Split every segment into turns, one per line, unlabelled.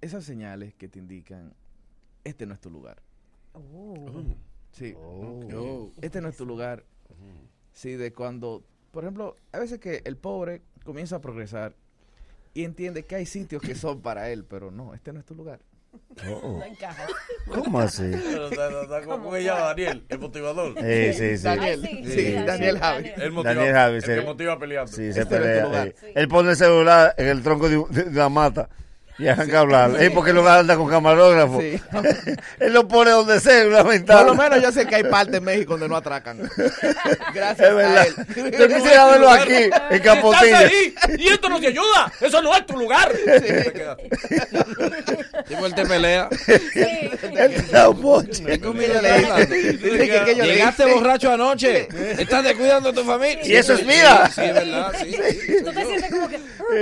esas señales que te indican este no es tu lugar.
Oh.
Oh.
Sí. Este no es tu lugar. Sí, de cuando, por ejemplo, a veces que el pobre comienza a progresar y entiende que hay sitios que son para él, pero no, este no es tu lugar.
¿Cómo así?
Pero está, está- está como ella, Daniel, el motivador.
Eh, sí, sí.
Daniel,
Ay,
sí,
sí,
sí,
Daniel
Daniel.
Javi.
Él motiva,
Daniel Javis,
el que
eh.
motiva peleando.
Sí,
Este
se
no es tu
pelea.
lugar.
eh. Él pone el celular en el tronco de, un- de una mata y arranca a hablar. Eh, porque él no anda con camarógrafo.
Sí.
él lo pone donde sea, en una
Por lo
ventana.
menos yo sé que hay parte de México donde no atracan. Gracias
Es verdad.
a él.
Yo quisiera verlo aquí, en Capotillo.
¡Y esto no te ayuda! ¡Eso no es tu lugar!
Tipo, él te pelea.
Él está un boche.
Mira, le dice- dice que aquello le
Llegaste
dice-
borracho anoche. Estás descuidando a tu familia.
Y eso es vida.
Sí, sí, es verdad. Sí, sí.
Tú te sientes como que.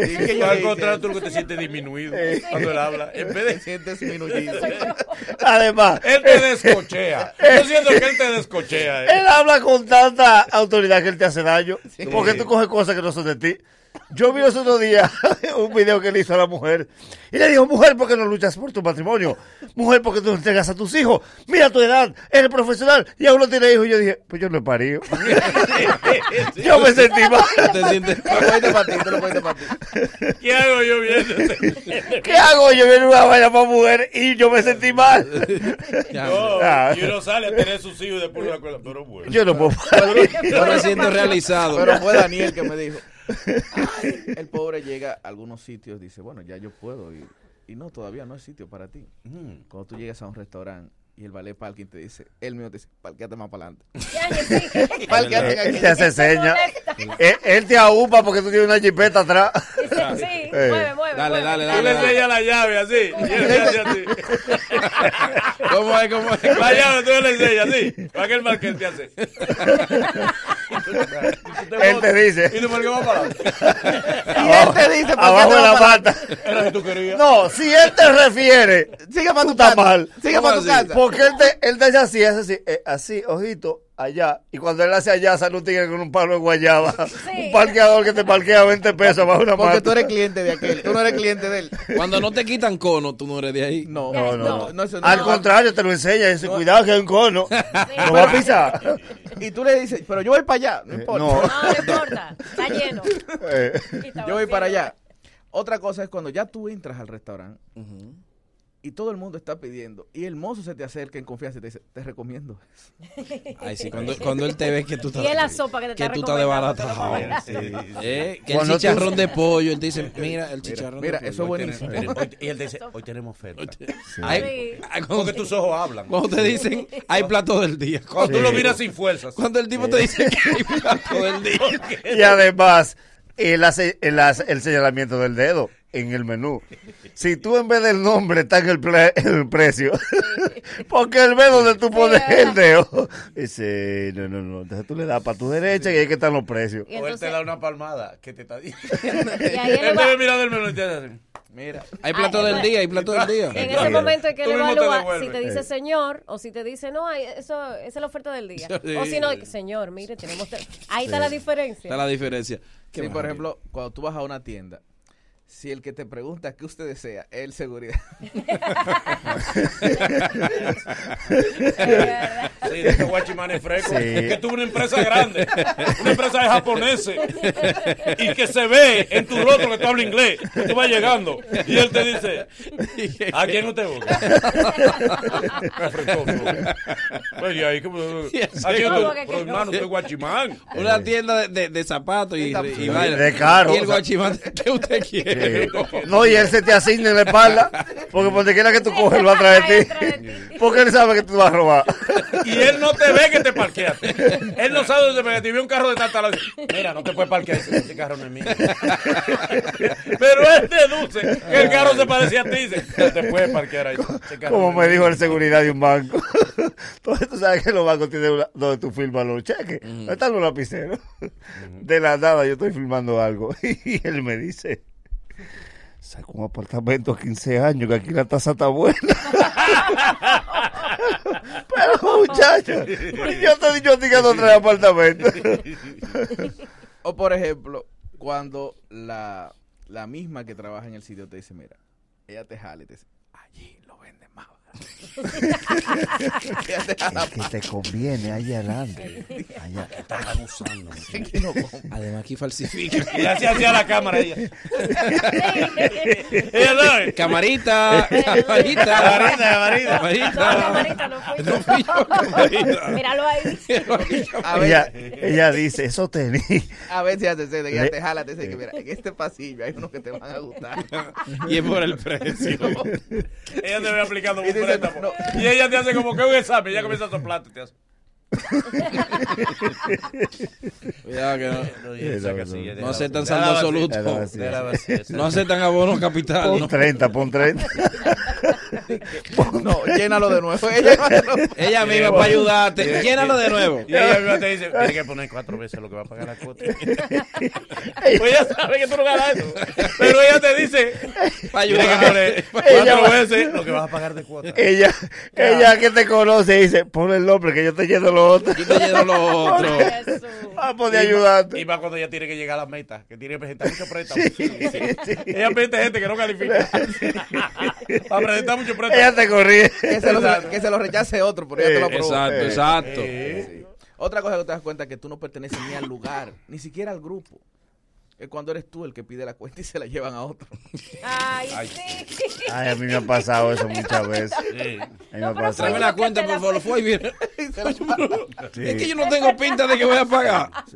dice que
Tú,
yo
al
le
contrario,
dice,
tú lo que te sientes disminuido
Eh.
cuando él habla. En vez
Te
de.
sientes disminuido.
Además,
Eh,
Él te descochea. Yo siento que él te descochea. eh.
Él habla con tanta autoridad que él te hace daño. Porque tú coges cosas que no son de ti. Yo vi los otros días un video que le hizo a la mujer. Y le dijo, mujer, ¿por qué no luchas por tu matrimonio? Mujer, ¿por qué tú no entregas a tus hijos? Mira tu edad, eres profesional y aún no tienes hijos. Y yo dije, pues yo no he parido. yo me sentí mal.
Te sientes.
Te lo cuento para ti, te lo cuento para ti.
Eh.
¿Qué hago yo viendo?
¿Qué hago? Yo viene una vaina para mujer y yo me sentí mal.
Ya.
Ah.
No, y uno sale a tener sus hijos y después no la acuerda. Pero bueno.
Yo no puedo parir.
Yo me siento realizado.
Pero fue Daniel que me dijo. Ay, el pobre llega a algunos sitios, dice, bueno, ya yo puedo ir. Y no, todavía no es sitio para ti.
Mm.
Cuando tú llegas a un restaurante y el valet parking te dice, el mío te dice, parqueate más para adelante.
Ya, ya, sí.
Parqueate
Él
aquí.
te hace señas. Él, él te aúpa porque tú tienes una jipeta atrás. Eh.
Sí, sí, mueve, mueve.
Dale,
mueve.
dale,
Tú le
dale. dale.
enseñas la llave así. Y él le hace así.
¿Cómo es? ¿Cómo es?
La llave tú le enseñas así. Para que el marqués te hace.
Él
Este
te dice.
¿Y tú por qué vas para adelante?
Y él te dice, "Parquéate
Abajo de la
más para adelante".
pata. No, si él te refiere,
Sigue para
tú
tu
estás
casa.
mal.
Sigue para tu casa.
Porque él te, él te hace así, hace así, eh, así, ojito, allá. Y cuando él hace allá, sale un tigre con un palo de guayaba. Un parqueador que te parquea 20 pesos bajo una
Porque tú
mata.
eres cliente de aquel, tú no eres cliente de él.
Cuando no te quitan cono, tú no eres de ahí.
No,
No, no,
no, no, eso no.
Al contrario, te lo enseña. Dice, cuidado que hay un cono. Lo va a pisar.
Y tú le dices, pero yo voy para allá, no
Eh,
importa.
No.
No, no importa. Está lleno.
Eh,
Está
Yo voy
vacío.
para allá. Otra cosa es cuando ya tú entras al restaurante y todo el mundo está pidiendo y el mozo se te acerca en confianza y te dice, te recomiendo.
Ay, sí, cuando, cuando él te ve que tú estás.
Y es la sopa que te
Que
está
tú estás
recomendando,
desbaratado. Eh, Que el
Cuando tú-
chicharrón de pollo. Él te dice, mira, el chicharrón
Mira,
de
eso es
pollo.
buenísimo.
Y él te dice, hoy tenemos oferta.
Ay, ay,
Porque
cuando,
tus ojos hablan.
cuando te dicen, hay plato del día.
Cuando
Cuando,
tú lo miras sin fuerzas.
cuando el tipo te dice que hay plato del día.
y además, él hace él hace el señalamiento del dedo en el menú. Si tú en vez del nombre está en el, pre- el precio, porque el dedo donde tú pones el dedo. Dice, no, no, no. Entonces tú le das para tu derecha y ahí que están los precios.
Y
O él te
entonces-
da una palmada que te está diciendo.
y ahí él
Él
eva-
debe mirar el menú y te hace así.
Mira,
Hay plato
Ay,
del
bueno.
día, hay plato del día.
En ese momento hay que
Tú mismo te
evaluar
devuelves.
si te dice señor o si te dice no, ay, eso esa es la oferta del día. O si no, señor, mire, tenemos. te- Ahí está la diferencia.
Está la diferencia. Qué
sí, por
maravilla.
ejemplo, cuando tú vas a una tienda, si el que te pregunta qué usted desea es el seguridad,
Sí, este de estos guachimanes frescos.
Sí.
Que tuvo una empresa grande. Una empresa de japoneses. Y que se ve en tu rostro que tú hablas inglés. Que tú vas llegando. Y él te dice, ¿a quién usted busca? Pues, ¿y ahí qué? ¿A quién
¿Cómo
usted-
que
Pero,
no?
hermano, usted es guachimán.
Una tienda de, de, de zapatos y,
zapatos.
y vaina.
De caro.
Y el guachimán, ¿qué usted quiere?
Eh, No, y él se te asigna en la espalda, porque por donde quiera que tú coges, él va atrás de
Atrás de
ti. Porque él sabe que tú vas a robar.
y él no te ve que te parqueaste. Él no sabe dónde me vi un carro de tanta lado. Mira, no te puedes parquear. Ese, ese carro no es mío. Pero él deduce que el carro se parecía a ti. Dice, no te puedes parquear ahí. Ese carro
Como
no es
me
mío".
dijo el seguridad de un banco. Entonces tú sabes que los bancos tienen una- donde tú filmas los cheques. ¿Dónde están los lapiceros? De la nada yo estoy filmando algo. Y él me dice, saca un apartamento a 15 años, que aquí la tasa está buena. Pero muchacho, yo te he dicho a ti que no traes apartamento.
O por ejemplo, cuando la, la misma que trabaja en el sitio te dice, mira, ella te jala y te dice, allí lo venden más barato. Ella te jala
El que te conviene allá adelante. Allá.
Además, aquí falsifica.
Y así hacía la cámara ella. ella sabe.
Camarita, camarita.
Camarita,
No,
Camarita.
camarita, no fue.
No fui yo, camarita.
Míralo ahí.
A
Ella,
veces,
ella dice, eso tenis.
a veces hace eso, de que
Le-
ella te jala, te dice que mira, en este pasillo hay unos que te van a gustar.
Y es por el precio.
Ella te ve aplicando un
Y dice,
préstamo.
no.
Y ella te hace como que un examen. Ella comienza a soplarte. Te hace.
Cuidado que no. No
se
aceptan saldo absoluto.
Era así.
No aceptan abono capital.
Pon
Ah, no.
30, pon 30.
No, llénalo de nuevo. Ella no te lo-
Ella misma para ayudarte. Llénalo de nuevo.
Y ella misma te dice, tiene que poner cuatro veces lo que va a pagar la cuota. Pues ella sabe que tú no ganas eso. Pero ella te dice,
Para
tiene que
ayudarte.
poner cuatro
va- Eh.
veces lo que vas a pagar de cuota.
Ella, ella que te conoce dice, pon el nombre que yo te lleno Ah, lo otro.
Yo te lleno lo otro.
Jesús.
Para poder ayudarte.
Y más cuando ella tiene que llegar a la meta, que tiene que presentar muchos préstamos. Ella presenta gente que no califica. Para presentar muchos
Ella
préstamos.
te corrige.
que se, lo, que se lo rechace otro, pero ella te lo aprobó.
Exacto, exacto.
Eh,
Otra cosa que te das cuenta es que tú no perteneces ni al lugar, ni siquiera al grupo. Es cuando eres tú el que pide la cuenta y se la llevan a otro.
Ay, sí.
Ay, a mí me ha pasado eso muchas veces. A mí
eh.
me ha
fue
Tráeme
pasado.
la cuenta, por favor. Fue y viene.
Sí.
Es que yo no tengo pinta de que voy a pagar.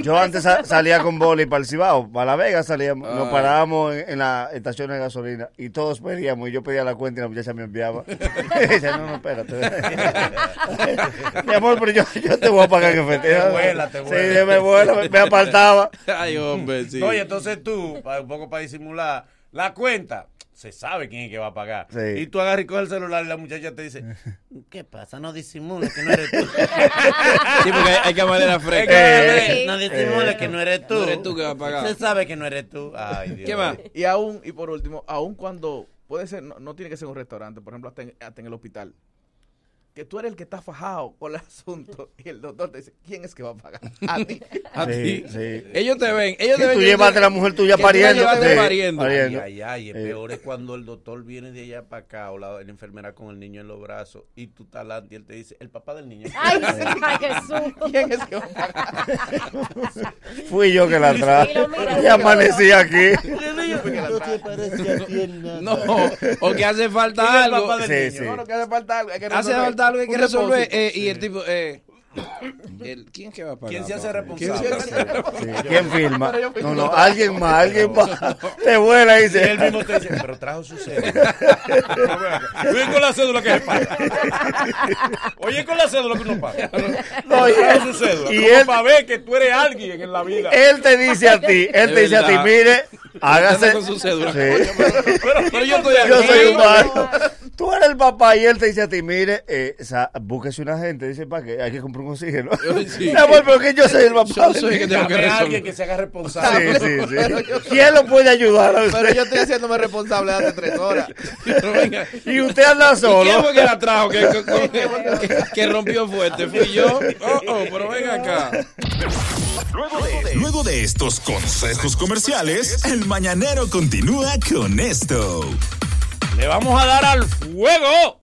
Yo antes sa- salía con boli para el Cibao, para La Vega salíamos, nos parábamos en, en la estación de gasolina y todos pedíamos y yo pedía la cuenta y la muchacha me enviaba. Dice, no, no, espérate. Mi amor, pero yo, yo te voy a pagar que
Te vuela, te
Sí,
vuela.
yo me vuela, me, me apartaba.
Ay, hombre, sí.
Oye, entonces tú, pa- un poco para disimular, la cuenta, se sabe quién es que va a pagar.
Sí.
Y tú agarras y coges el celular y la muchacha te dice, ¿qué pasa? No disimules que no eres tú.
Sí, porque hay, hay camarera fresca.
Eh,
no disimules que no eres tú.
eh, No eres tú que vas a pagar.
Se sabe que no eres tú. Ay, Dios.
¿Qué más?
Y aún, y por último, aún cuando puede ser, no, no tiene que ser un restaurante, por ejemplo, hasta en, hasta en el hospital. Que tú eres el que está fajado con el asunto y el doctor te dice, ¿quién es que va a pagar? A ti.
A
Sí,
ti.
sí.
Ellos te ven. Ellos te
Que
ven
tú
que
llevaste a
tú-
la mujer tuya
que tú la
pariendo.
llevaste
Sí,
pariendo.
Ay,
pariendo.
ay, ay, el
Eh.
peor es cuando el doctor viene de allá para acá o la, la enfermera con el niño en los brazos y tú estás adelante y él te dice, el papá del niño.
Ay, sí, ay, Jesús.
¿Quién es que va a pagar?
Fui yo que la traje.
Y lo mira,
Y amanecí aquí.
No, o que hace
¿Quién es
falta
el
algo.
papá del
Sí,
niño?
sí.
No, no, que hace falta algo. hay que
Hace
resolver.
falta algo que hay que
Un
resolver.
depósito.
eh, y el tipo, eh, el- ¿quién que va a pagar?
¿Quién se hace
papá?
responsable?
Sí, ¿Quién firma? No, no, alguien más, alguien más. Te vuela y
Y él
dice.
mismo te dice, pero trajo su cédula. Ven con la cédula que se paga. Oye, con la cédula que uno paga.
No, y
trajo su cédula.
y
como
él,
para ver que tú eres alguien en la vida.
él te dice a ti, él
Es
te dice a ti,
verdad.
mire, hágase.
Anda con su cédula.
Sí,
Pero yo estoy
yo
aquí.
soy humano. Tú eres el papá y él te dice a ti, mire, eh, sa- búsquese una gente, dice, para que hay que comprar un oxígeno.
Sí.
Mi amor, pero que yo soy el papá.
Yo soy el que tengo que
Dame a alguien
resolver.
que se haga responsable.
Sí, sí, sí. ¿Quién lo puede ayudar a
Pero
usted?
yo estoy haciéndome responsable hace tres horas.
Pero venga,
Y usted anda
¿Quién
solo.
fue que la trajo? Que, que- que- que rompió fuerte. Fui yo. Oh, oh, pero venga acá.
Luego de estos consejos comerciales, el mañanero continúa con esto.
Le vamos a dar al fuego.